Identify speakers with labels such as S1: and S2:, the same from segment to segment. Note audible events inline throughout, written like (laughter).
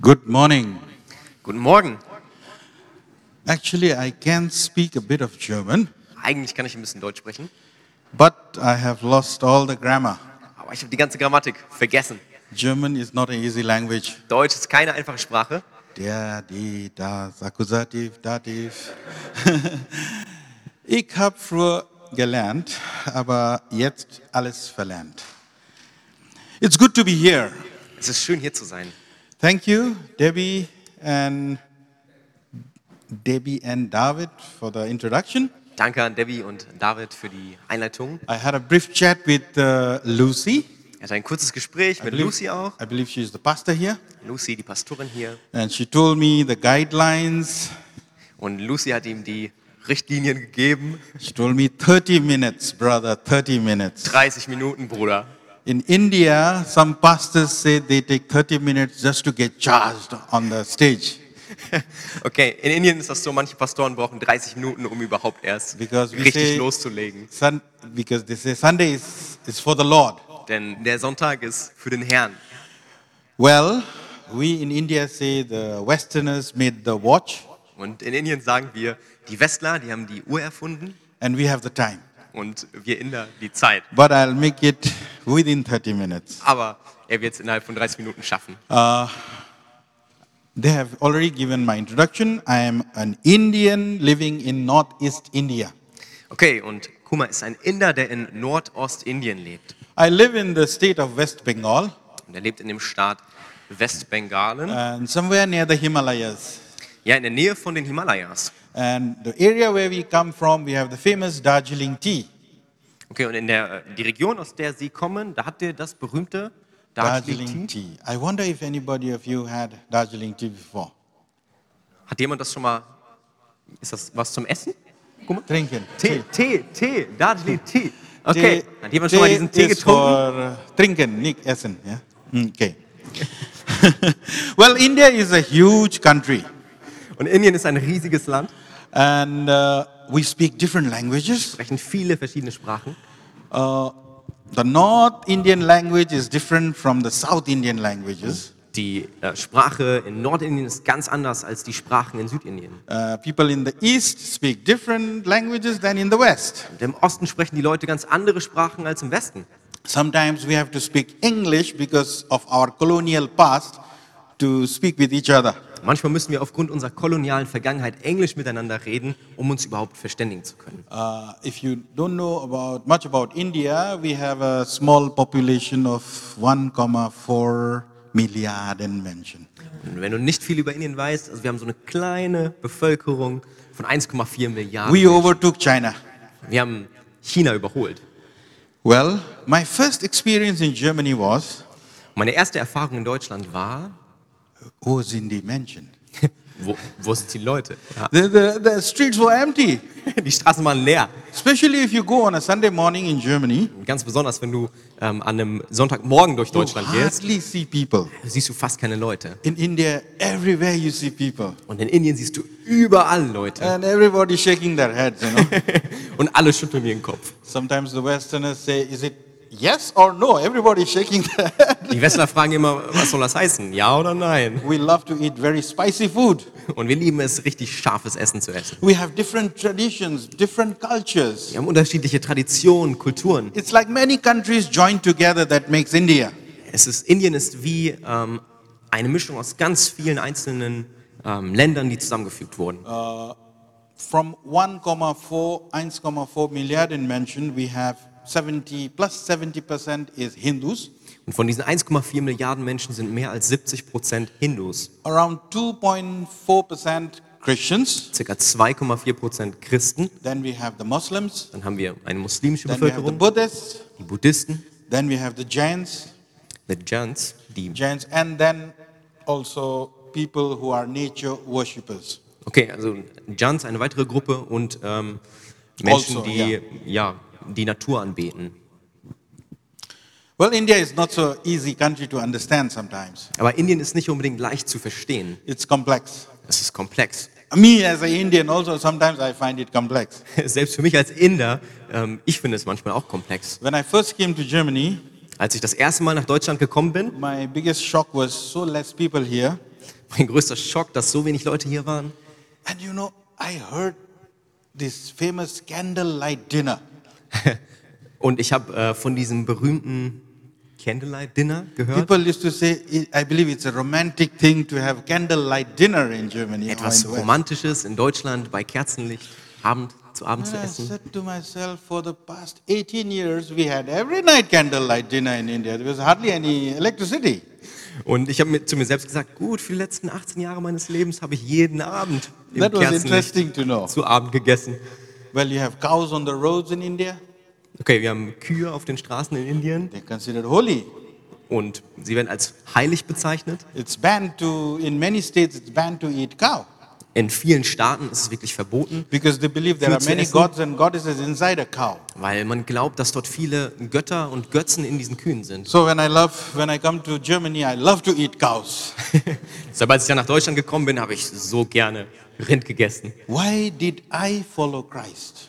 S1: Good morning.
S2: Guten Morgen.
S1: Actually, I can speak a bit of German,
S2: Eigentlich kann ich ein bisschen Deutsch sprechen,
S1: but I have lost all the grammar.
S2: aber ich habe die ganze Grammatik vergessen.
S1: German is not an easy language.
S2: Deutsch ist keine einfache sprache.
S1: Der, die, das, Akkusativ, Dativ. (laughs) ich habe früher gelernt, aber jetzt alles verlernt. It's good to be here.
S2: Es ist schön hier zu sein.
S1: Thank you, Debbie and Debbie and David for the introduction.
S2: Danke an Debbie und David für die Einleitung.
S1: I had a brief chat with uh, Lucy.
S2: Er hatte ein kurzes Gespräch mit Lucy auch.
S1: I believe she's the pastor here.
S2: Lucy, die Pastorin hier.
S1: And she told me the guidelines.
S2: Und Lucy hat ihm die Richtlinien gegeben.
S1: She told me 30 minutes, brother, 30 minutes.
S2: 30 Minuten, Bruder.
S1: In India, some pastors say they take 30 minutes just to get charged on the stage
S2: Okay, in Indien ist das so, manche Pastoren brauchen 30 Minuten, um überhaupt erst
S1: Because we say-
S2: richtig loszulegen.
S1: Sun, because they say Sunday is, is for the Lord.
S2: Denn der Sonntag ist für den Herrn.
S1: Well, we in India say the Westerners made the watch
S2: Und in Indien sagen wir, die Westler, die haben die Uhr erfunden
S1: and we have the time.
S2: und wir Inder die Zeit.
S1: But I'll make it within 30 minutes.
S2: Aber er wird es innerhalb von 30 Minuten schaffen.
S1: They have already given my introduction. I am an Indian living in Northeast India.
S2: Okay, und Kuma ist ein Inder, der in Nordostindien lebt.
S1: I live in the state of West Bengal
S2: Und er lebt in dem Staat Westbengalen,
S1: and somewhere near the Himalayas.
S2: ja, in der Nähe von den Himalayas.
S1: And the area where we come from, we have the famous Darjeeling tea.
S2: Okay, und in der äh, die Region, aus der sie kommen, da habt ihr das berühmte
S1: Darjeeling
S2: Darjeeling Tea.
S1: tea. I wonder if anybody of you had Darjeeling tea before.
S2: Hat jemand das schon mal? Ist das was zum Essen? Guck mal.
S1: Trinken.
S2: Tee, Tee, Tee, Darjeeling Tea.
S1: Tee-
S2: Okay, hat jemand schon mal diesen Tee
S1: is
S2: getrunken?
S1: For, uh, trinken, nicht essen. Yeah? Mm, Okay. (laughs) well, India is a huge country.
S2: Und Indien ist ein riesiges Land,
S1: And uh, we speak different languages.
S2: sprechen viele verschiedene Sprachen.
S1: The North Indian language is different from the South Indian languages.
S2: Die äh, Sprache in Nordindien ist ganz anders als die Sprachen in Südindien.
S1: Uh, people in the East speak different languages than in the West.
S2: Und Im Osten sprechen die Leute ganz andere Sprachen als im Westen.
S1: Sometimes we have to speak English because of our colonial past to speak with each other.
S2: Manchmal müssen wir aufgrund unserer kolonialen Vergangenheit Englisch miteinander reden, um uns überhaupt verständigen zu können.
S1: Uh, if you don't know about much about India, we have a small population of 1.4 million mentioned.
S2: Und wenn du nicht viel über Indien weißt, also wir haben so eine kleine Bevölkerung von 1,4 Milliarden.
S1: We overtook China.
S2: wir haben China überholt.
S1: Well, my first experience in Germany was
S2: Meine erste Erfahrung in Deutschland war,
S1: who was in the mentioned.
S2: wo, wo sind die Leute? Ja.
S1: The, the, the streets were empty,
S2: (laughs) Die Straßen waren leer.
S1: especially if you go on a Sunday morning in Germany.
S2: Ganz besonders, wenn du ähm, an einem Sonntagmorgen durch
S1: You
S2: Deutschland gehst,
S1: hardly see people.
S2: siehst du fast keine Leute.
S1: In India, everywhere you see people,
S2: Und in Indien siehst du überall Leute.
S1: and everybody shaking their heads. You know,
S2: Und alle schütteln mir den Kopf.
S1: (laughs) sometimes the Westerners say, "Is it yes or no?" Everybody shaking their (laughs) head.
S2: Die Westler fragen immer, was soll das heißen? Ja oder nein?
S1: We love to eat very spicy food.
S2: Und wir lieben es, richtig scharfes Essen zu essen.
S1: We have different traditions, different cultures.
S2: Wir haben unterschiedliche Traditionen, Kulturen.
S1: It's like many countries joined together that makes India.
S2: Es ist, Indien ist wie ähm, eine Mischung aus ganz vielen einzelnen ähm, Ländern, die zusammengefügt wurden.
S1: From 1.4 1.4 million mentioned, we have 70 plus 70 percent is Hindus.
S2: Und von diesen 1,4 Milliarden Menschen sind mehr als 70 Prozent Hindus,
S1: around 2.4% Christians.
S2: ca. 2,4 Prozent Christen.
S1: Then we have the Muslims.
S2: Dann haben wir eine muslimische
S1: Then we have the
S2: Bevölkerung,
S1: Buddhists.
S2: die Buddhisten,
S1: Then we have the Jains.
S2: die Jans, die
S1: Jains, and then also people who are nature worshippers.
S2: Okay, also Jans, eine weitere Gruppe und ähm, Menschen,
S1: Also,
S2: die
S1: ja.
S2: ja die Natur anbeten.
S1: Well, India is not so easy country to understand sometimes.
S2: Aber Indien ist nicht unbedingt leicht zu verstehen.
S1: It's complex.
S2: Es ist komplex. (laughs)
S1: Me as an Indian also sometimes I find it complex.
S2: Selbst für mich als Inder, ähm, ich finde es manchmal auch komplex.
S1: When I first came to Germany,
S2: Als ich das erste Mal nach Deutschland gekommen bin, (laughs)
S1: my biggest shock was so less people here.
S2: mein größter Schock, dass so wenig Leute hier waren.
S1: And you know, I heard this famous candlelight dinner.
S2: Und ich habe äh, von diesem berühmten Candlelight Dinner gehört.
S1: People used to say, i- I believe it's a romantic thing to have candlelight dinner in Germany. or
S2: Etwas
S1: in West.
S2: Romantisches in Deutschland bei Kerzenlicht, Abend zu Abend zu
S1: And I
S2: essen.
S1: said to myself, for the past 18 years, we had every night candlelight dinner in India. There was hardly any electricity.
S2: Und ich habe mir, zu mir selbst gesagt, gut, für die letzten 18 Jahre meines Lebens habe ich jeden Abend im
S1: That was
S2: Kerzenlicht
S1: interesting to know.
S2: zu Abend gegessen.
S1: Well, you have cows on the roads in India.
S2: Okay, wir haben Kühe auf den Straßen in Indien
S1: They're considered holy.
S2: und sie werden als heilig bezeichnet.
S1: It's banned to, in many states, it's banned to eat cow
S2: In vielen Staaten ist es wirklich verboten,
S1: because they believe there
S2: Food
S1: are
S2: to
S1: many
S2: essen.
S1: gods and goddesses inside a cow.
S2: weil man glaubt, dass dort viele Götter und Götzen in diesen Kühen sind.
S1: So when I love, when I come to Germany, I love to eat cows.
S2: Deshalb, als ich dann nach Deutschland gekommen bin, habe ich so gerne Rind gegessen.
S1: Why did I follow Christ?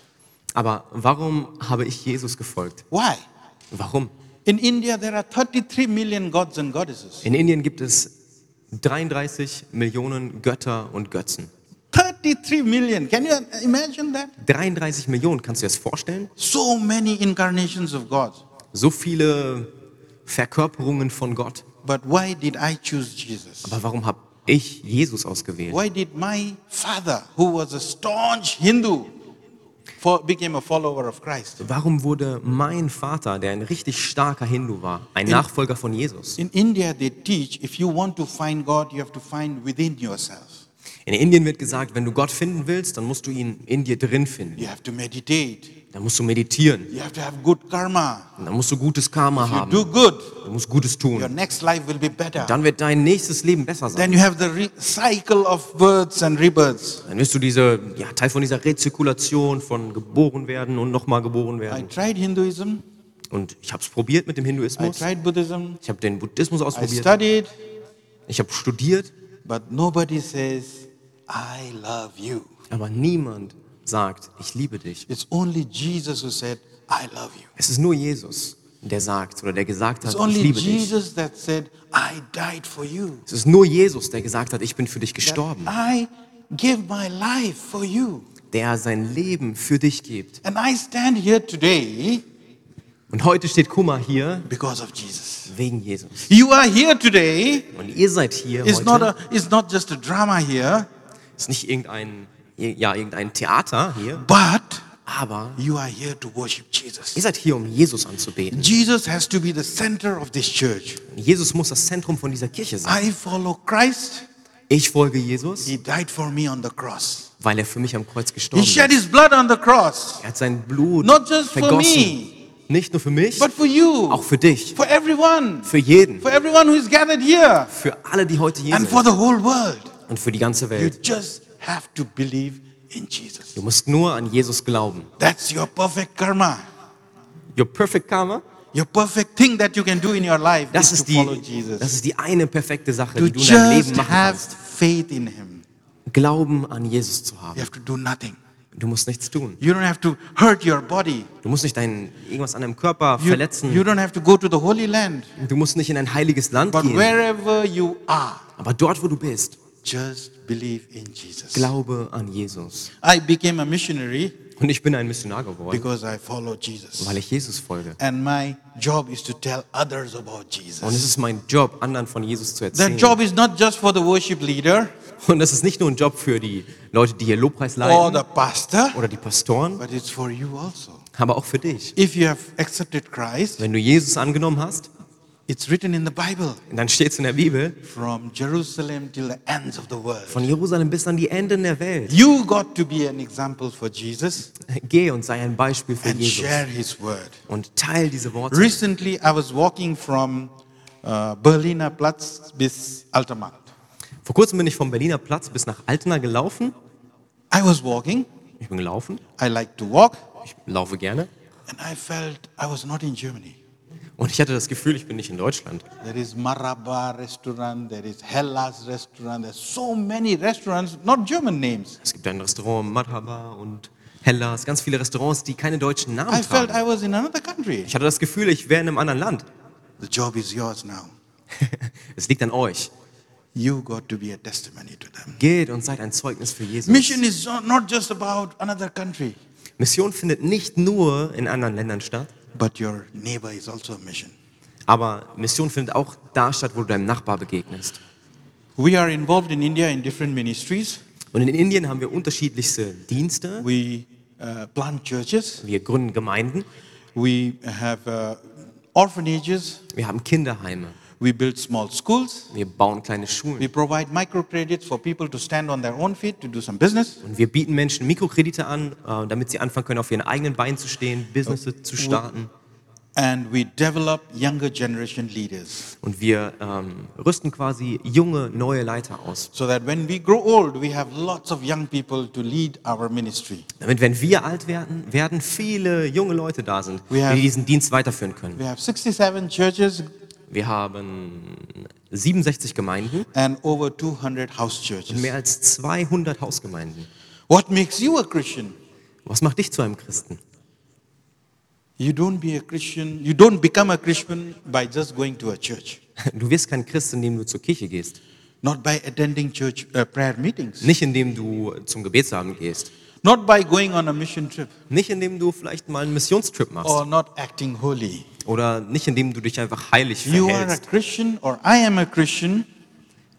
S2: Aber warum habe ich Jesus gefolgt?
S1: Why?
S2: Warum?
S1: In India, there are 33 million gods and goddesses.
S2: In Indien gibt es 33 Millionen Götter und Götzen.
S1: 33 million. Can you imagine that?
S2: 33 Millionen, kannst du dir das vorstellen?
S1: So many incarnations of God.
S2: So viele Verkörperungen von Gott.
S1: But why did I choose Jesus?
S2: Aber warum habe ich Jesus ausgewählt?
S1: Why did my father, who was a staunch Hindu, fo- became a follower of Christ?
S2: Warum wurde mein Vater, der ein richtig starker Hindu war, ein Nachfolger von Jesus?
S1: In India, they teach if you want to find God, you have to find within yourself.
S2: In Indien wird gesagt, wenn du Gott finden willst, dann musst du ihn in dir drin finden.
S1: You have to meditate.
S2: Dann musst du meditieren.
S1: You have to have good karma.
S2: Dann musst du gutes Karma
S1: You
S2: haben.
S1: do good,
S2: Du musst Gutes
S1: your
S2: tun.
S1: next life will be better.
S2: Dann wird dein nächstes Leben besser sein.
S1: Then you have the re- cycle of births and rebirths.
S2: Dann wirst du diese, ja, Teil von dieser Rezirkulation von geboren werden und nochmal geboren
S1: I
S2: werden.
S1: tried Hinduism,
S2: Und ich habe es probiert mit dem
S1: I
S2: Hinduismus.
S1: tried Buddhism,
S2: Ich habe den Buddhismus
S1: I
S2: ausprobiert.
S1: studied,
S2: Ich habe studiert,
S1: but nobody says, I love you.
S2: aber niemand sagt, ich liebe dich.
S1: It's only Jesus who said, I love you.
S2: Es ist nur Jesus, der sagt oder der gesagt hat,
S1: It's
S2: ich
S1: only
S2: liebe dich.
S1: Jesus that said, I died for you.
S2: Es ist nur Jesus, der gesagt hat, ich bin für dich gestorben,
S1: I gave my life for you.
S2: der sein Leben für dich gibt.
S1: And I stand here today
S2: Und heute steht Kummer hier
S1: because of Jesus.
S2: wegen Jesus.
S1: You are here today.
S2: Und ihr seid hier
S1: It's not, a,
S2: heute.
S1: it's not just a drama here,
S2: Es ist nicht irgendein, ja, irgendein Theater hier,
S1: but
S2: aber
S1: you are here to worship Jesus.
S2: ihr seid hier, um Jesus anzubeten.
S1: Jesus has to be the center of this church.
S2: Jesus muss das Zentrum von dieser Kirche sein.
S1: I follow Christ.
S2: Ich folge Jesus,
S1: He died for me on the cross.
S2: weil er für mich am Kreuz
S1: He
S2: gestorben ist.
S1: shed his blood on the cross,
S2: Er hat sein Blut
S1: Not just for
S2: vergossen. Nicht nur für mich,
S1: but for you,
S2: auch für dich,
S1: for everyone,
S2: für jeden,
S1: for everyone who is gathered here.
S2: für alle, die heute hier
S1: and for
S2: sind
S1: the whole world.
S2: und für die ganze
S1: You
S2: Welt.
S1: just have to believe in Jesus.
S2: Du musst nur an Jesus glauben.
S1: That's your perfect karma.
S2: Your perfect karma,
S1: Your perfect thing that you can do in your life
S2: das
S1: is
S2: ist
S1: to follow
S2: die, das
S1: Jesus.
S2: ist die eine perfekte Sache,
S1: To
S2: die du in deinem
S1: just
S2: Leben machen
S1: have
S2: kannst.
S1: faith in Him.
S2: Glauben an Jesus zu
S1: You
S2: haben.
S1: have to do nothing.
S2: Du musst nichts tun.
S1: You don't have to hurt your body.
S2: Du musst nicht dein, irgendwas an deinem Körper
S1: You, you
S2: verletzen.
S1: don't have to go to the Holy Land.
S2: Du musst nicht in ein heiliges Land
S1: But
S2: gehen.
S1: wherever you are,
S2: Aber dort, wo du bist,
S1: just believe in Jesus.
S2: glaube an Jesus.
S1: I became a missionary
S2: Und ich bin ein Missionar geworden,
S1: because I follow Jesus.
S2: weil ich Jesus folge.
S1: And my job is to tell others about
S2: Und es
S1: Jesus.
S2: ist mein Job, anderen von Jesus zu
S1: That
S2: erzählen.
S1: job is not just for the worship leader.
S2: Und das ist nicht nur ein Job für die Leute, die hier Lobpreis
S1: or
S2: leiten
S1: the pastor,
S2: oder die Pastoren,
S1: but it's for you also.
S2: aber auch für dich.
S1: If you have accepted Christ,
S2: Wenn du Jesus angenommen hast,
S1: it's written in the Bible
S2: dann steht es in der Bibel,
S1: from Jerusalem till the ends of the world.
S2: von Jerusalem bis an die Enden der Welt.
S1: You got to be an example for Jesus
S2: Geh und sei ein Beispiel für
S1: and
S2: Jesus
S1: share his word.
S2: und teil diese Worte.
S1: Recently, I was walking from uh, Berliner Platz bis Altamont.
S2: Vor kurzem bin ich vom Berliner Platz bis nach Altena gelaufen.
S1: I was walking,
S2: Ich bin gelaufen,
S1: I like to walk,
S2: ich laufe gerne.
S1: and I felt I was not in Germany.
S2: Und ich hatte das Gefühl, ich bin nicht in Deutschland.
S1: There is Maraba restaurant, there is Hellas restaurant, there's so many restaurants, not German names.
S2: Es gibt ein Restaurant, Madhaba und Hellas, ganz viele Restaurants, die keine deutschen
S1: I
S2: Namen
S1: felt
S2: tragen.
S1: I was in another country.
S2: Ich hatte das Gefühl, ich wäre in einem anderen Land.
S1: The job is yours now.
S2: Es liegt an euch.
S1: you got to be a testimony to them.
S2: Geht und seid ein Zeugnis für Jesus.
S1: Mission is not not just about another country,
S2: Mission findet nicht nur in anderen Ländern statt,
S1: but your neighbor is also a mission.
S2: aber Mission findet auch da statt, wo du deinem Nachbar begegnest.
S1: We are involved in India in different ministries.
S2: Und in Indien haben wir unterschiedlichste Dienste.
S1: We uh, plant churches.
S2: Wir gründen Gemeinden,
S1: We have uh, orphanages.
S2: wir haben Kinderheime,
S1: We build small schools.
S2: wir bauen kleine Schulen.
S1: We provide microcredits for people to stand on their own feet to do some business.
S2: Und wir bieten Menschen Mikrokredite an, äh, damit sie anfangen können, auf ihren eigenen Beinen zu stehen, Business zu starten.
S1: And we develop younger generation leaders
S2: Und wir ähm, rüsten quasi junge, neue Leiter aus.
S1: so that when we grow old, we have lots of young people to lead our ministry.
S2: Damit, wenn wir alt werden, werden viele junge Leute da sind,
S1: We have-
S2: die diesen Dienst weiterführen können.
S1: We have 67 churches
S2: Wir haben 67 Gemeinden
S1: and over 200 house
S2: und
S1: churches.
S2: mehr als 200 Hausgemeinden.
S1: What makes you a Christian?
S2: Was macht dich zu einem Christen?
S1: You don't be a Christian, you don't become a Christian by just going to a church,
S2: Du wirst kein Christ, indem du zur Kirche gehst.
S1: not by attending church uh, prayer meetings,
S2: Nicht, indem du zum Gebetsabend gehst.
S1: not by going on a mission trip
S2: Nicht, indem du vielleicht mal einen Missionstrip machst.
S1: or not acting holy.
S2: Oder nicht, indem du dich einfach heilig
S1: You are a
S2: verhältst.
S1: Christian or I am a Christian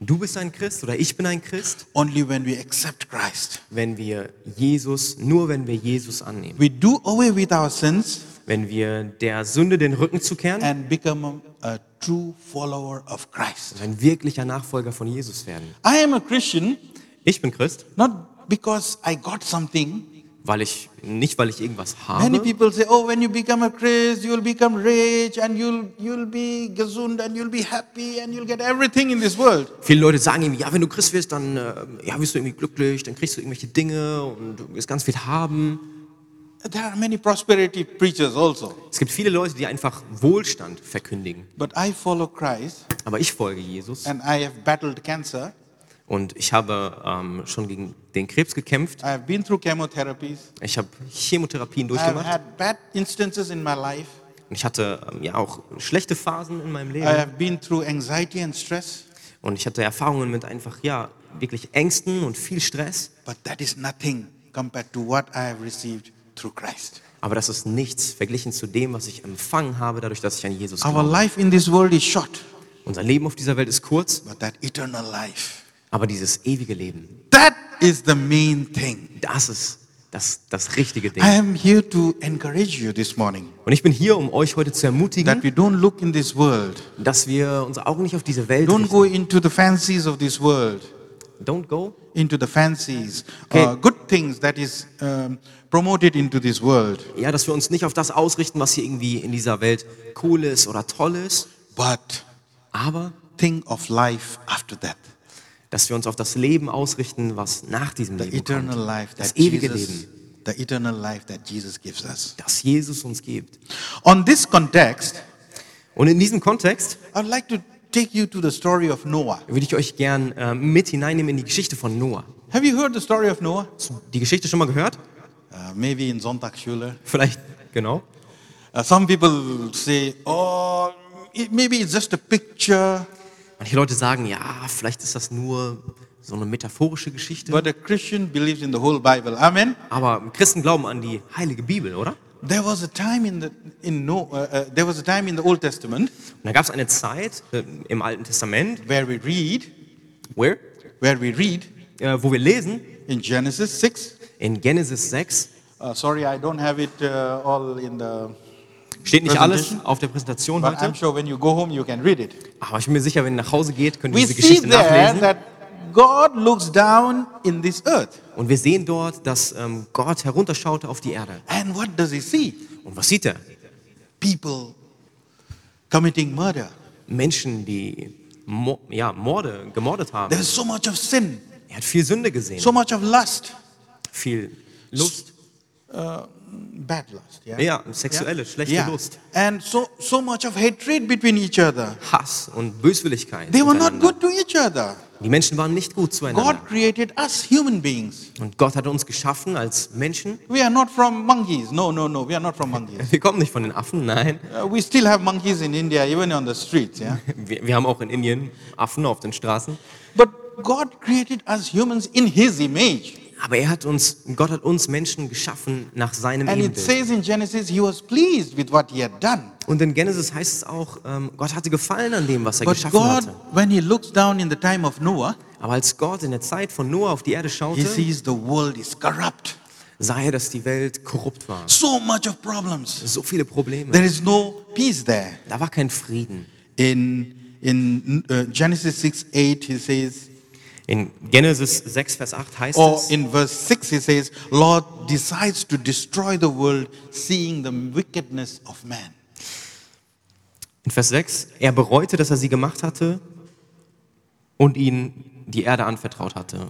S2: Du bist ein Christ oder ich bin ein Christ,
S1: only when we accept Christ.
S2: wenn wir Jesus, nur wenn wir Jesus annehmen.
S1: We do away with our sins
S2: Wenn wir der Sünde den Rücken zukehren,
S1: and become a, a true follower of Christ.
S2: ein wirklicher Nachfolger von Jesus werden.
S1: I am a Christian
S2: Ich bin Christ,
S1: not because I got something,
S2: weil ich, nicht weil ich irgendwas
S1: Many
S2: habe.
S1: people say, oh, when you become a Christ, you'll become rich and you'll, you'll be gesund and you'll be happy and you'll get everything in this world.
S2: Viele Leute sagen ihm, ja, wenn du Christ wirst, dann äh, ja, wirst du irgendwie glücklich, dann kriegst du irgendwelche Dinge und du wirst ganz viel haben.
S1: There are many prosperity preachers also.
S2: Es gibt viele Leute, die einfach Wohlstand verkündigen.
S1: But I follow Christ
S2: Aber ich folge Jesus
S1: and I have battled cancer.
S2: und ich habe ähm, schon gegen den Krebs gekämpft.
S1: I have been through chemotherapies.
S2: Ich habe Chemotherapien
S1: I have
S2: durchgemacht
S1: had bad instances in my life.
S2: und ich hatte ähm, ja auch schlechte Phasen in meinem
S1: I
S2: Leben
S1: have been through anxiety and stress.
S2: und ich hatte Erfahrungen mit einfach ja wirklich Ängsten und viel Stress,
S1: But that is nothing compared to what I have received through Christ.
S2: aber das ist nichts verglichen zu dem, was ich empfangen habe, dadurch, dass ich an Jesus
S1: Our
S2: glaube.
S1: life in this world is short,
S2: Unser Leben auf dieser Welt ist kurz,
S1: but that eternal life.
S2: aber dieses ewige Leben,
S1: That is the main thing.
S2: das ist das, das richtige Ding.
S1: I am here to encourage you this morning
S2: Und ich bin hier, um euch heute zu
S1: that
S2: ermutigen,
S1: we don't look in this world.
S2: dass wir unsere Augen nicht auf diese Welt
S1: Don't go
S2: richten.
S1: into the fancies of this world,
S2: Don't go.
S1: into the fancies,
S2: Okay.
S1: uh, good things that is um, promoted into this world,
S2: Ja, dass wir uns nicht auf das ausrichten, was hier irgendwie in dieser Welt cool ist oder toll ist,
S1: but
S2: aber
S1: think of life after death,
S2: dass wir uns auf das Leben ausrichten, was nach diesem
S1: the
S2: Leben
S1: eternal
S2: kommt.
S1: life
S2: Das
S1: that
S2: ewige
S1: Jesus,
S2: Leben,
S1: the eternal life that Jesus gives us.
S2: das Jesus uns gibt.
S1: On this context,
S2: Und in diesem Kontext
S1: I would like to take you to the story of Noah.
S2: würde ich euch gern äh, mit hineinnehmen in die Geschichte von Noah.
S1: Have you heard the story of Noah?
S2: Hast du die Geschichte schon mal gehört?
S1: Uh, maybe in Sonntagsschule.
S2: Vielleicht, genau.
S1: Uh, some people say, oh, it, maybe it's just a picture,
S2: Manche Leute sagen, ja, vielleicht ist das nur so eine metaphorische Geschichte.
S1: but a Christian believes in the whole Bible. Amen.
S2: Aber Christen glauben an die heilige Bibel, oder?
S1: There was a time in the in no, uh, uh, there was a time in the Old Testament
S2: Und da gab es eine Zeit äh, im Alten Testament,
S1: where we read,
S2: where,
S1: where we read
S2: äh, wo wir lesen,
S1: in Genesis six.
S2: in Genesis 6,
S1: Uh, sorry, I don't have it uh, all in the.
S2: steht nicht alles
S1: Presentation.
S2: auf der Präsentation
S1: But I'm
S2: heute,
S1: sure when you go home, you can read it.
S2: aber ich bin mir sicher, wenn ihr nach Hause geht, könnt ihr
S1: We
S2: diese
S1: see
S2: Geschichte
S1: there
S2: nachlesen.
S1: that God looks down in this earth,
S2: Und wir sehen dort, dass ähm, Gott herunterschaute auf die Erde.
S1: and what does He see?
S2: Und was sieht er?
S1: People committing murder.
S2: Menschen, die Mo ja, Morde gemordet haben.
S1: There is so much of sin,
S2: Er hat viel Sünde gesehen,
S1: so much of lust.
S2: viel Lust,
S1: bad lust yeah
S2: ja, sexuelle, schlechte
S1: Yeah.
S2: Lust,
S1: and so so much of hatred between each other
S2: Hass und Böswilligkeit.
S1: they were not
S2: untereinander.
S1: good to each other
S2: Die Menschen waren nicht gut zueinander.
S1: God created us human beings.
S2: Und Gott hat uns geschaffen als Menschen.
S1: We are not from monkeys. No, no, no. We are not from monkeys.
S2: Wir kommen nicht von den Affen, nein.
S1: Uh, we still have monkeys in India, even on the streets. (laughs) Yeah.
S2: Wir, wir haben auch in Indien Affen auf den Straßen.
S1: But God created us humans in His image.
S2: Aber er hat uns, Gott hat uns Menschen geschaffen nach seinem
S1: And it
S2: Ebenbild.
S1: says in Genesis, He was pleased with what He had done.
S2: Und in Genesis heißt es auch, ähm, Gott hatte Gefallen an dem, was er
S1: But
S2: geschaffen
S1: God,
S2: hatte.
S1: when He looks down in the time of Noah,
S2: Aber als Gott in der Zeit von Noah auf die Erde
S1: He
S2: schaute,
S1: sees the world is corrupt.
S2: sah er, dass die Welt korrupt war.
S1: So much of problems.
S2: So viele Probleme.
S1: There is no peace there.
S2: Da war kein Frieden.
S1: In, in uh, Genesis 6 8, he says,
S2: In Genesis 6, Vers 8 heißt
S1: or
S2: es,
S1: in verse 6, he says, Lord decides to destroy the world, seeing the wickedness of man.
S2: in Vers 6, er bereute, dass er sie gemacht hatte und ihnen die Erde anvertraut hatte.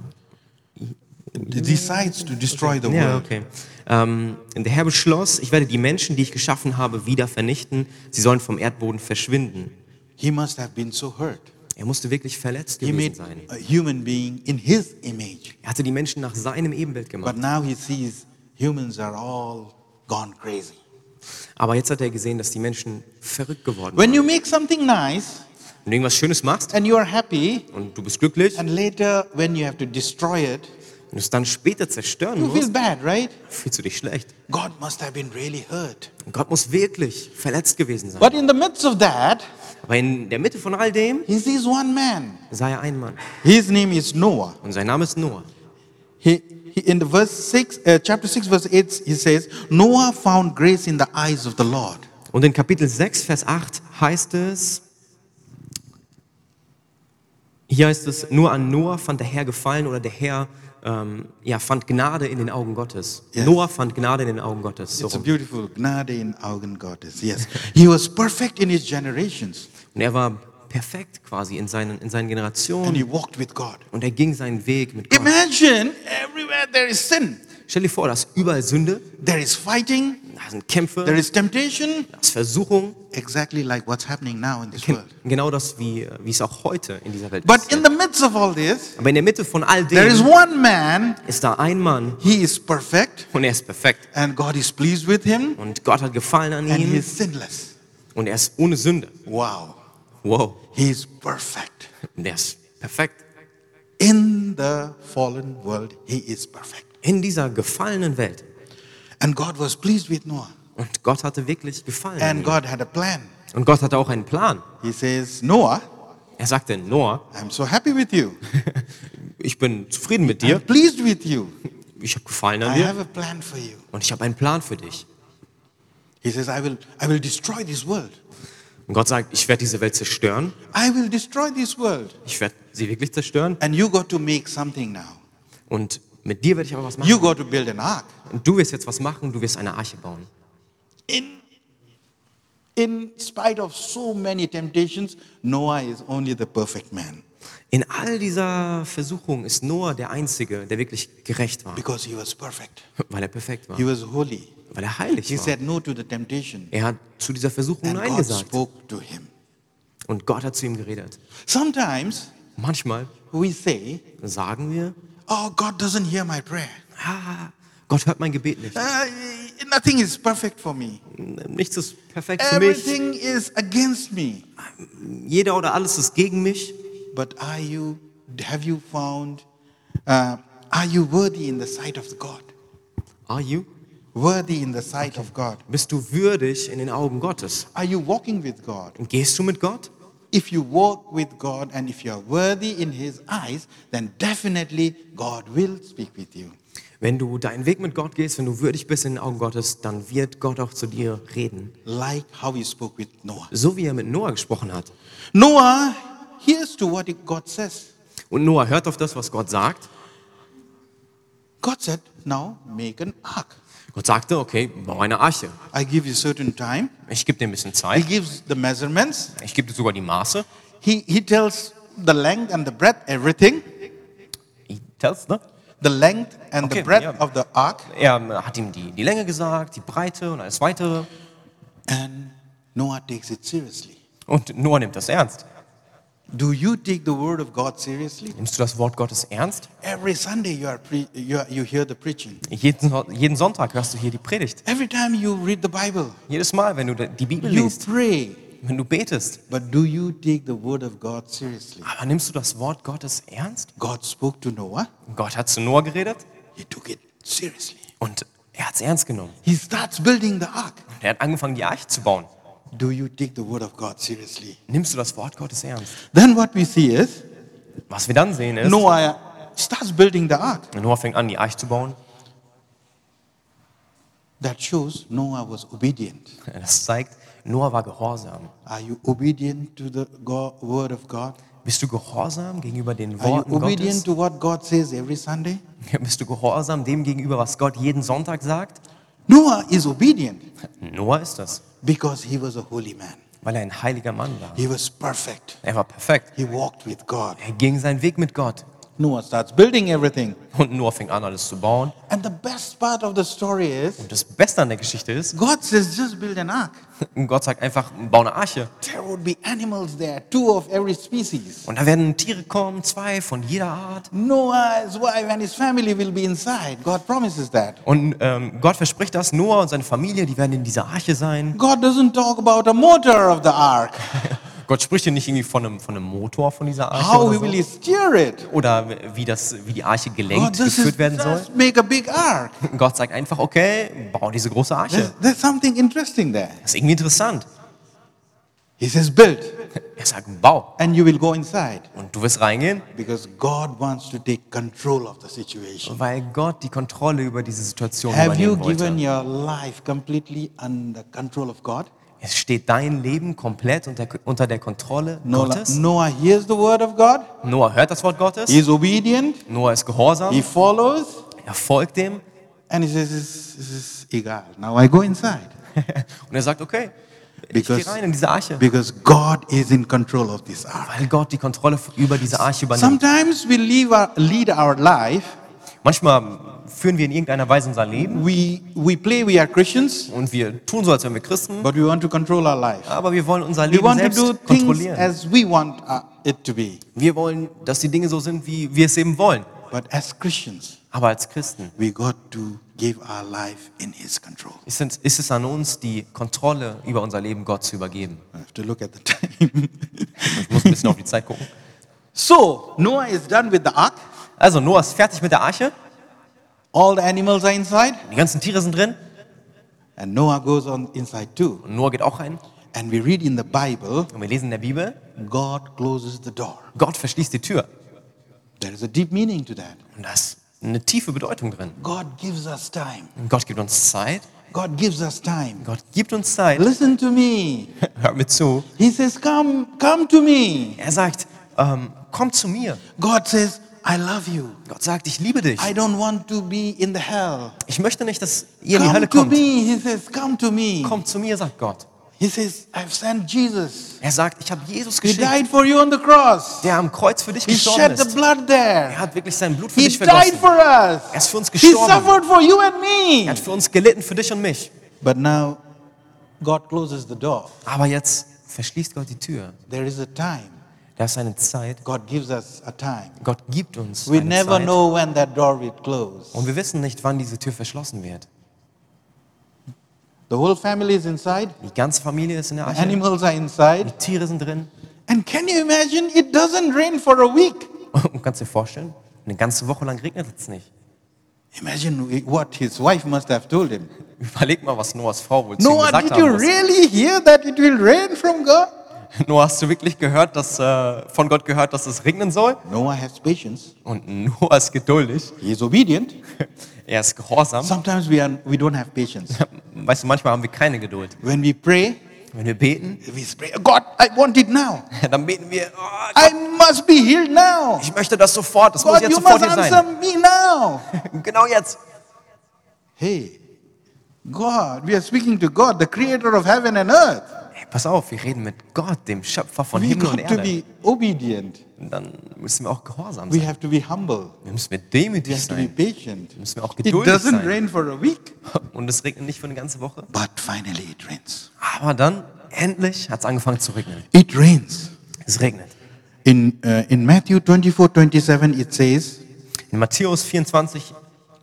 S1: He decides to destroy the
S2: Ja,
S1: world.
S2: okay. Ähm, der Herr beschloss, ich werde die Menschen, die ich geschaffen habe, wieder vernichten. Sie sollen vom Erdboden verschwinden.
S1: He must have been so hurt.
S2: Er musste wirklich verletzt
S1: He
S2: gewesen
S1: made
S2: sein.
S1: a human being in his image.
S2: Er hatte die Menschen nach seinem Ebenbild gemacht.
S1: But now he sees humans are all gone crazy.
S2: Aber jetzt hat er gesehen, dass die Menschen verrückt geworden
S1: When
S2: sind.
S1: you make something nice
S2: Wenn du irgendwas Schönes machst
S1: and you are happy,
S2: und du bist glücklich und
S1: and later when you have to destroy it,
S2: du es dann später zerstören
S1: you feel
S2: musst,
S1: bad, right?
S2: fühlst du dich schlecht.
S1: God must have been really hurt.
S2: Und Gott muss wirklich verletzt gewesen sein.
S1: But in the midst of that,
S2: Aber in der Mitte von all dem
S1: he sees one man.
S2: sei er ein Mann.
S1: His name is Noah.
S2: Und sein Name ist Noah.
S1: He, he, in the verse six, uh, chapter six, verse eight, he says, "Noah found grace in the eyes of the Lord."
S2: Und in Kapitel 6, Vers 8 heißt es, hier heißt es, nur an Noah fand der Herr Gefallen oder der Herr ähm, ja, fand Gnade in den Augen Gottes.
S1: Yes.
S2: Noah fand Gnade in den Augen Gottes. So
S1: It's a
S2: rum.
S1: beautiful gnade in Augen Gottes. Yes, he was perfect in his generations,
S2: Und er war perfekt quasi in seinen, in seinen
S1: and he
S2: Generationen
S1: walked with God.
S2: und er ging seinen Weg mit Gott.
S1: Imagine everywhere there is sin,
S2: Stell dir vor, da ist überall Sünde,
S1: there is fighting,
S2: da sind Kämpfe,
S1: there is temptation,
S2: da ist Versuchung.
S1: exactly like what's happening now in this
S2: Gen-
S1: world.
S2: Genau das, wie, wie es auch heute in dieser Welt
S1: But in
S2: ist.
S1: the midst of all this,
S2: Aber in der Mitte von all
S1: there is
S2: dem
S1: one man.
S2: ist da ein Mann
S1: He is perfect,
S2: und er ist perfekt.
S1: and God is pleased with him,
S2: Und Gott hat Gefallen an
S1: and he
S2: ihm
S1: is sinless.
S2: und er ist ohne Sünde.
S1: Wow,
S2: Wow,
S1: he is perfect.
S2: der ist perfekt.
S1: In the fallen world, he is perfect.
S2: In dieser gefallenen Welt.
S1: And God was pleased with Noah,
S2: Und Gott hatte wirklich Gefallen. An
S1: and
S2: ihm.
S1: God had a plan.
S2: Und Gott hatte auch einen Plan.
S1: He says, Noah,
S2: Er sagte, Noah,
S1: I'm so happy with you.
S2: ich bin zufrieden mit
S1: I'm
S2: dir,
S1: pleased with you.
S2: ich habe Gefallen an
S1: I
S2: dir
S1: have a plan for you.
S2: und ich habe einen Plan für dich.
S1: He says, I will, I will destroy this world.
S2: Und Gott sagt, ich werde diese Welt zerstören.
S1: I will destroy this world.
S2: Ich werde sie wirklich zerstören.
S1: And you got to make something now.
S2: Und mit dir werde ich aber was machen.
S1: You got to build an ark.
S2: Und du wirst jetzt was machen, du wirst eine Arche bauen.
S1: In, in spite of so many temptations, Noah is only the perfect man
S2: In all dieser Versuchung ist Noah der Einzige, der wirklich gerecht war,
S1: because he was perfect.
S2: weil er perfekt war,
S1: He was holy.
S2: weil er heilig
S1: He
S2: war.
S1: said no to the temptation.
S2: Er hat zu dieser Versuchung
S1: And
S2: Nein
S1: God
S2: gesagt.
S1: spoke to him.
S2: Und Gott hat zu ihm geredet.
S1: Sometimes
S2: Manchmal
S1: we say,
S2: sagen wir,
S1: Oh, God doesn't hear my prayer.
S2: ah, Gott hört mein Gebet nicht.
S1: Uh, nothing is perfect for me.
S2: Nichts ist perfekt für mich.
S1: Everything is against me.
S2: Jeder oder alles ist gegen mich.
S1: But are you, have you found, uh, are you worthy in the sight of God?
S2: Are you?
S1: Worthy in the sight of God.
S2: Bist du würdig in den Augen Gottes?
S1: Are you walking with God?
S2: Und gehst du mit Gott?
S1: If you walk with God and if you are worthy in His eyes, then definitely God will speak with you.
S2: Wenn du deinen Weg mit Gott gehst, wenn du würdig bist in den Augen Gottes, dann wird Gott auch zu dir reden.
S1: Like how He spoke with Noah.
S2: So wie er mit Noah gesprochen hat.
S1: Noah hears to what it- God says.
S2: Und Noah hört auf das, was Gott sagt.
S1: God said, Now make an ark.
S2: Gott sagte, okay, bau eine Arche.
S1: I give you certain time.
S2: Ich gebe dir ein bisschen
S1: He
S2: Zeit.
S1: gives the measurements.
S2: Ich gebe dir sogar die Maße.
S1: He, he tells the length and the breadth, everything.
S2: He tells, ne?
S1: The length and the
S2: Okay,
S1: breadth
S2: yeah.
S1: of the ark.
S2: Er hat ihm die, die Länge gesagt, die Breite und alles weitere.
S1: And Noah takes it seriously.
S2: Und Noah nimmt das ernst.
S1: Do you take the word of God seriously?
S2: Nimmst du das Wort Gottes ernst?
S1: Every Sunday you are pre- you, are, you hear the preaching.
S2: Jeden, Son- jeden Sonntag hörst du hier die Predigt.
S1: Every time you read the Bible,
S2: Jedes Mal, wenn du die Bibel
S1: you
S2: liest,
S1: pray.
S2: wenn du betest.
S1: But do you take the word of God seriously?
S2: Aber nimmst du das Wort Gottes ernst?
S1: God spoke to Noah.
S2: Gott hat zu Noah geredet
S1: He took it seriously.
S2: und er hat es ernst genommen.
S1: He starts building the ark.
S2: Und er hat angefangen, die Arche zu bauen.
S1: Do you take the word of God seriously?
S2: Nimmst du das Wort Gottes ernst?
S1: Then what we see is
S2: Was wir dann sehen ist,
S1: Noah starts building the ark.
S2: Noah fängt an, die Arche zu bauen.
S1: That shows Noah was obedient.
S2: Das zeigt, Noah war gehorsam.
S1: Are you obedient to the go- word of God?
S2: Bist du gehorsam gegenüber den
S1: Are
S2: Worten
S1: you obedient
S2: Gottes?
S1: to what God says every Sunday?
S2: Bist du gehorsam dem gegenüber, was Gott jeden Sonntag sagt?
S1: Noah is obedient
S2: Noah ist das,
S1: because he was a holy man.
S2: weil er ein heiliger Mann war.
S1: He was perfect.
S2: Er war perfekt.
S1: He walked with God.
S2: Er ging seinen Weg mit Gott.
S1: Noah starts building everything.
S2: Und Noah fing an, alles zu bauen.
S1: And the best part of the story is
S2: Und das Beste an der Geschichte ist,
S1: God says, just build an ark.
S2: Gott sagt einfach, bau eine Arche.
S1: There would be animals there, two of every species.
S2: Und da werden Tiere kommen, zwei von jeder Art.
S1: Noah, his wife, and his family will be inside. God promises that.
S2: Und ähm, Gott verspricht das, Noah und seine Familie, die werden in dieser Arche sein.
S1: God doesn't talk about a motor of the ark,
S2: Gott spricht hier nicht irgendwie von einem, von einem Motor von dieser Arche
S1: how he
S2: oder,
S1: will
S2: so.
S1: steer it.
S2: oder wie, das, wie die Arche
S1: God,
S2: gelenkt,
S1: Oh, this is
S2: geführt werden soll.
S1: just make a big ark.
S2: Gott sagt einfach, okay, bau diese große
S1: There's,
S2: Arche.
S1: there's something interesting there.
S2: Das ist irgendwie interessant.
S1: He says, build,
S2: Er sagt, bau.
S1: and you will go inside.
S2: Und du wirst reingehen,
S1: Because God wants to take control of the situation.
S2: weil Gott die Kontrolle über diese Situation
S1: Have you
S2: übernehmen wollte.
S1: given your life completely under control of God?
S2: Es steht dein Leben komplett unter, unter der Kontrolle
S1: Noah,
S2: Gottes.
S1: Noah hears the word of God.
S2: Noah hört das Wort Gottes.
S1: He is obedient.
S2: Noah ist gehorsam.
S1: He follows.
S2: Er
S1: (laughs)
S2: folgt dem.
S1: And he says, this, this is egal. Now I go inside.
S2: Und er sagt, okay, ich
S1: Because-
S2: gehe rein in diese Arche.
S1: Because God is in control of this ark.
S2: Weil Gott die Kontrolle über diese Arche übernimmt.
S1: Sometimes we leave our, lead our life.
S2: Manchmal führen wir in irgendeiner Weise unser Leben
S1: We, we play we are Christians,
S2: und wir tun so, als wären wir Christen,
S1: but we want to control our life.
S2: aber wir wollen unser
S1: We
S2: Leben
S1: want to do
S2: selbst
S1: things
S2: kontrollieren.
S1: as we want uh, it to be.
S2: Wir wollen, dass die Dinge so sind, wie wir es eben wollen.
S1: But as Christians,
S2: Aber als Christen
S1: we got to give our life in His control.
S2: ist es, ist es an uns, die Kontrolle über unser Leben Gott zu übergeben.
S1: I have to look at the (laughs) time.
S2: Ich muss ein bisschen auf die Zeit gucken.
S1: so, Noah is done with the ark.
S2: Also, Noah ist fertig mit der Arche.
S1: All the animals are inside.
S2: Die ganzen Tiere sind drin.
S1: And Noah goes on inside too.
S2: Und Noah geht auch rein.
S1: And we read in the Bible,
S2: Und wir lesen in der Bibel,
S1: God closes the door.
S2: Gott verschließt die Tür.
S1: There is a deep meaning to that.
S2: Und da ist eine tiefe Bedeutung drin.
S1: God gives us time.
S2: Und Gott gibt uns Zeit.
S1: God gives us time.
S2: Gott gibt uns Zeit.
S1: Listen to me.
S2: Hör mir zu.
S1: He says, Come, come to me.
S2: Er sagt, ähm, komm zu mir.
S1: God says, I love you.
S2: Gott sagt, ich liebe dich.
S1: I don't want to be in the hell.
S2: Ich möchte nicht, dass ihr in die
S1: Come
S2: Hölle
S1: to
S2: kommt.
S1: me. He says, Come to me.
S2: Komm zu mir, sagt Gott.
S1: He says, I've sent Jesus.
S2: Er sagt, ich habe Jesus
S1: He
S2: geschickt,
S1: died for you on the cross.
S2: der am Kreuz für dich
S1: He
S2: gestorben
S1: shed the
S2: ist.
S1: blood
S2: Er
S1: there.
S2: hat wirklich sein Blut für
S1: He
S2: dich
S1: died
S2: vergossen.
S1: for us.
S2: Er ist für uns
S1: He
S2: gestorben.
S1: suffered for you and
S2: Er
S1: me.
S2: hat für uns gelitten, für dich und mich.
S1: But now, God closes the door.
S2: Aber jetzt verschließt Gott die Tür.
S1: There is a time.
S2: Da ist eine Zeit.
S1: God gives us a time.
S2: Gott gibt uns
S1: We
S2: eine
S1: never
S2: Zeit.
S1: know when that door will close.
S2: Und wir wissen nicht, wann diese Tür verschlossen wird.
S1: The whole family is inside.
S2: Die ganze Familie ist in der Arche.
S1: Animals are inside.
S2: Die Tiere sind drin. (laughs)
S1: And can you imagine? It doesn't rain for a week.
S2: Und kannst dir vorstellen, eine ganze Woche lang regnet es nicht.
S1: Imagine what his wife must have told him.
S2: Überleg mal, was Noahs Frau wohl zu ihm
S1: Noah,
S2: gesagt
S1: did you
S2: haben muss.
S1: really hear that it will rain from God?
S2: Noah, hast du wirklich gehört, dass, äh, von Gott gehört, dass es regnen soll?
S1: Noah has patience.
S2: Und Noah ist geduldig.
S1: He is obedient.
S2: Er ist gehorsam.
S1: Sometimes we, are, we don't have patience.
S2: Weißt du, manchmal haben wir keine Geduld.
S1: When we pray,
S2: Wenn wir beten, (laughs)
S1: we pray, God, I want it now.
S2: dann beten wir, oh, Gott,
S1: I must be healed now.
S2: ich möchte das sofort, das muss
S1: God,
S2: jetzt
S1: you
S2: sofort
S1: must
S2: hier sein.
S1: answer me now.
S2: Genau jetzt.
S1: Hey, God, we are speaking to God, the creator of heaven and earth.
S2: Hey, pass auf, wir reden mit Gott, dem Schöpfer von
S1: We
S2: Himmel und
S1: got to
S2: Erde.
S1: be obedient.
S2: Und dann müssen wir auch gehorsam
S1: We
S2: sein.
S1: have to be humble.
S2: Wir müssen wir
S1: We
S2: demütig
S1: have to be
S2: sein.
S1: patient.
S2: Müssen wir auch
S1: It
S2: geduldig
S1: doesn't
S2: sein.
S1: rain for a week.
S2: Und es regnet nicht für eine ganze Woche.
S1: But finally it rains.
S2: Aber dann, endlich, hat es angefangen zu regnen.
S1: It rains.
S2: Es regnet.
S1: In, uh, in Matthew 24 27, it says,
S2: In Matthäus 24,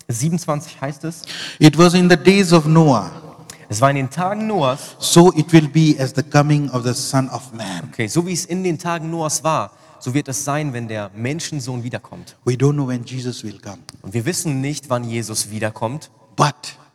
S2: 27 heißt es,
S1: It was in the days of Noah,
S2: es war in den Tagen Noahs,
S1: so it will be as the coming of the Son of Man.
S2: okay, so wie es in den Tagen Noahs war, so wird es sein, wenn der Menschensohn wiederkommt.
S1: We don't know when Jesus will come,
S2: Und wir wissen nicht, wann Jesus wiederkommt,
S1: but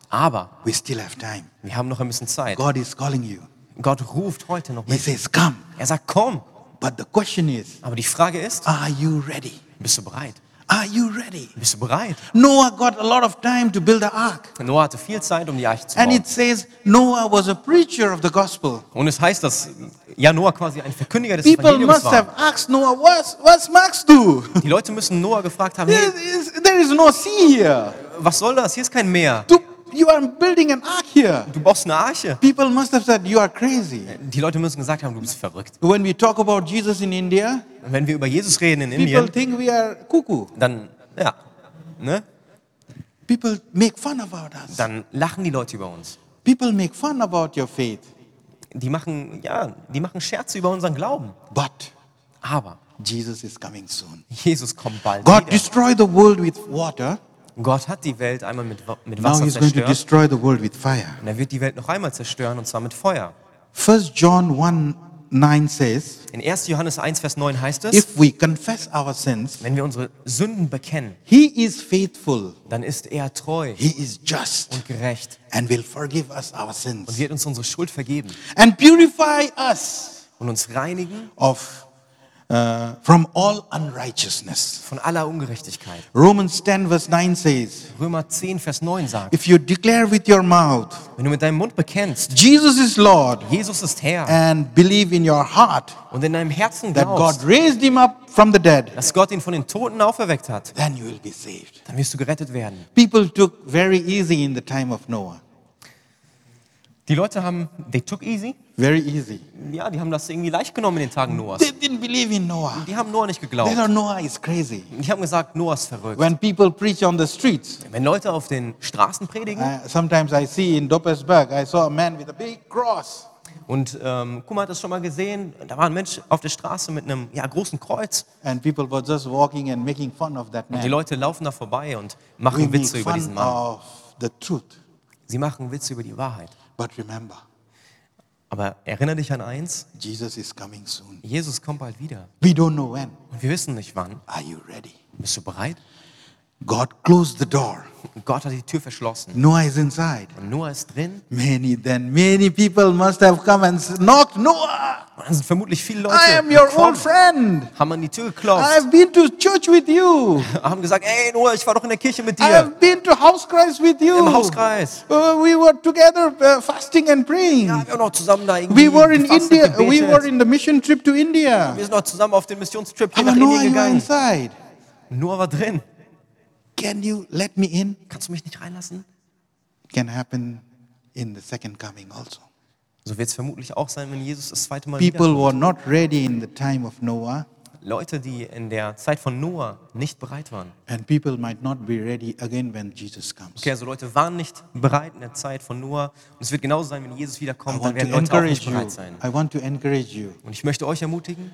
S2: aber
S1: we still have time.
S2: wir haben noch ein bisschen Zeit.
S1: God is calling you.
S2: Gott ruft heute noch
S1: He
S2: Menschen.
S1: says, Come.
S2: Er sagt, komm.
S1: But the question is,
S2: Aber die Frage ist,
S1: are you ready?
S2: bist du bereit?
S1: Are you ready?
S2: Bist du bereit?
S1: Noah got a lot of time to build the ark.
S2: Noah hatte viel Zeit, um die Arche zu
S1: And
S2: bauen.
S1: it says Noah was a preacher of the gospel.
S2: Und es heißt, dass ja, Noah quasi ein Verkündiger des
S1: People
S2: Evangeliums
S1: must
S2: war.
S1: have asked Noah, what's, what's Max do?
S2: Die Leute müssen Noah gefragt haben,
S1: There
S2: hey,
S1: is, there is no sea here.
S2: was soll das? Hier ist kein Meer.
S1: Do- You are building an ark here.
S2: Du brauchst eine Arche.
S1: People must have said, you are crazy.
S2: Die Leute müssen gesagt haben, du bist verrückt.
S1: When we talk about Jesus in India,
S2: Und wenn wir über Jesus reden in
S1: people
S2: Indien,
S1: think we are cuckoo.
S2: dann, ja, ne?
S1: People make fun about us.
S2: dann lachen die Leute über uns.
S1: People make fun about your faith.
S2: Die machen, ja, die machen Scherze über unseren Glauben.
S1: But
S2: Aber
S1: Jesus is coming soon.
S2: Jesus kommt bald
S1: God
S2: wieder.
S1: destroyed the world with water.
S2: Gott hat die Welt einmal mit, Wa- mit
S1: Now
S2: Wasser
S1: he's going to
S2: zerstört.
S1: destroy the world with fire.
S2: Und er wird die Welt noch einmal zerstören, und zwar mit Feuer.
S1: First John 1 9 says,
S2: In 1. Johannes 1, Vers 9 heißt es,
S1: If we confess our sins,
S2: wenn wir unsere Sünden bekennen,
S1: He is faithful,
S2: dann ist er treu
S1: He is just,
S2: und gerecht
S1: and will forgive us our
S2: und
S1: sins
S2: wird uns unsere Schuld vergeben
S1: and purify us
S2: und uns reinigen
S1: of, uh, from all unrighteousness.
S2: von aller Ungerechtigkeit.
S1: Romans 10, verse 9 says,
S2: Römer 10, Vers 9 sagt,
S1: If you declare with your mouth,
S2: wenn du mit deinem Mund bekennst,
S1: Jesus is Lord,
S2: Jesus ist Herr
S1: and believe in your heart
S2: und in deinem Herzen
S1: that God
S2: glaubst,
S1: raised Him up from the dead,
S2: dass Gott ihn von den Toten auferweckt hat,
S1: then you will be saved.
S2: dann wirst du gerettet werden.
S1: People took very easy in the time of Noah.
S2: Die Leute haben, they took easy,
S1: Very easy.
S2: ja, die haben das irgendwie leicht genommen in den Tagen Noahs.
S1: They didn't believe in Noah.
S2: Die haben Noah nicht
S1: They
S2: geglaubt.
S1: thought Noah is crazy.
S2: Die haben gesagt, Noah ist verrückt.
S1: When people preach on the streets,
S2: Wenn Leute auf den Straßen predigen,
S1: uh, sometimes I see in Doppelsberg, I saw a man with a big cross.
S2: Und ähm, Kuma hat das schon mal gesehen. Da war ein Mensch auf der Straße mit einem ja, großen Kreuz.
S1: And people were just walking and making fun of that
S2: Und die
S1: man.
S2: Leute laufen da vorbei und
S1: We
S2: machen
S1: make
S2: Witze über
S1: fun
S2: diesen Mann.
S1: of the truth.
S2: Sie machen Witze über die Wahrheit.
S1: But remember,
S2: Aber erinnere dich an eins:
S1: Jesus is coming soon.
S2: Jesus kommt bald wieder.
S1: We don't know when.
S2: Und wir wissen nicht wann.
S1: Are you ready?
S2: Bist du bereit?
S1: God closed the door.
S2: Und Gott hat die Tür verschlossen.
S1: Noah is inside.
S2: Und Noah ist drin.
S1: Many then, many people must have come and s- knocked. Noah,
S2: Und dann sind vermutlich viele Leute.
S1: I am your
S2: gekommen,
S1: old friend.
S2: haben an die Tür geklopft.
S1: I've been to church with you.
S2: Haben gesagt: Ey, Noah, ich war doch in der Kirche mit dir.
S1: I've been to house Christ with you.
S2: Im Hauskreis.
S1: Uh, we were together uh, fasting and praying.
S2: Ja, wir haben noch zusammen da irgendwie.
S1: we were in
S2: gefastet,
S1: India. uh, We
S2: gebetet.
S1: were in the mission trip to India.
S2: wir sind noch zusammen auf den Missionstrip hier
S1: Aber
S2: nach
S1: Noah,
S2: Indien
S1: you are
S2: gegangen.
S1: inside.
S2: Noah war drin.
S1: Can you let me in?
S2: Kannst du mich nicht reinlassen?
S1: It can happen in the second coming also.
S2: So wird es vermutlich auch sein, wenn Jesus das zweite Mal
S1: People
S2: wiederkommt.
S1: were not ready in the time of Noah,
S2: Leute, die in der Zeit von Noah nicht bereit waren.
S1: and people might not be ready again when Jesus comes.
S2: Okay, also Leute waren nicht bereit in der Zeit von Noah. Und es wird genauso sein, wenn Jesus
S1: I
S2: wiederkommt, dann
S1: want
S2: werden
S1: to
S2: Leute auch
S1: encourage
S2: nicht
S1: you.
S2: bereit sein.
S1: I want to encourage you.
S2: Und ich möchte euch ermutigen,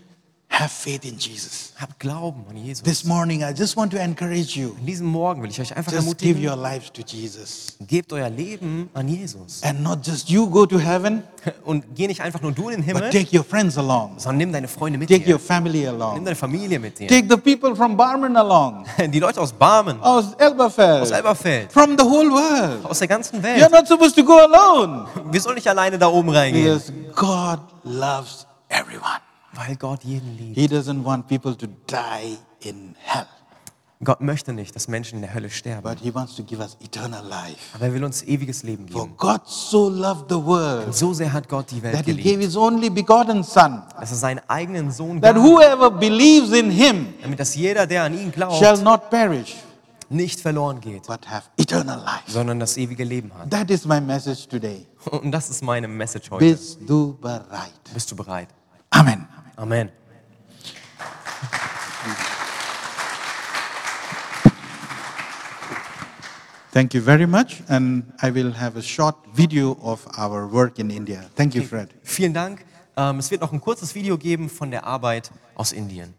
S1: Have faith in Jesus.
S2: habt Glauben an Jesus.
S1: This morning, I just want to encourage you.
S2: An diesem Morgen will ich euch einfach
S1: Just give
S2: ermutigen,
S1: your lives to Jesus.
S2: gebt euer Leben an Jesus. (laughs)
S1: And not just you go to heaven,
S2: Und geh nicht einfach nur du in den
S1: but
S2: Himmel,
S1: take your friends along.
S2: sondern nimm deine Freunde mit
S1: Take your
S2: dir.
S1: family
S2: Nimm
S1: along.
S2: deine Familie mit dir.
S1: Take the people from Barman along,
S2: Die Leute aus Barmen,
S1: Oh. aus
S2: aus
S1: Elberfeld, Oh,
S2: Elberfeld,
S1: from the whole world.
S2: aus der ganzen
S1: You're
S2: Welt.
S1: not supposed to go alone.
S2: Wir sollen nicht alleine da oben reingehen.
S1: Because God loves everyone.
S2: Weil Gott jeden liebt.
S1: He doesn't want people to die in hell,
S2: Gott möchte nicht, dass Menschen in der Hölle sterben.
S1: but He wants to give us eternal life.
S2: Aber er will uns ewiges Leben
S1: For
S2: geben.
S1: God so loved the world
S2: So sehr hat Gott die Welt
S1: that He gave
S2: geliebt,
S1: His only begotten Son,
S2: dass er seinen eigenen Sohn
S1: that
S2: gab,
S1: whoever believes in Him
S2: damit dass jeder, der an ihn
S1: shall
S2: glaubt,
S1: not perish,
S2: nicht verloren geht,
S1: but have eternal life.
S2: sondern das ewige Leben hat.
S1: That is my message today.
S2: Und das ist meine Message heute.
S1: Bis du bereit.
S2: Bist du bereit?
S1: Amen.
S2: Amen.
S1: Thank you very much. And I will have a short video of our work in India. Thank you, Fred.
S2: Vielen Dank. Ähm, Es wird noch ein kurzes Video geben von der Arbeit aus Indien.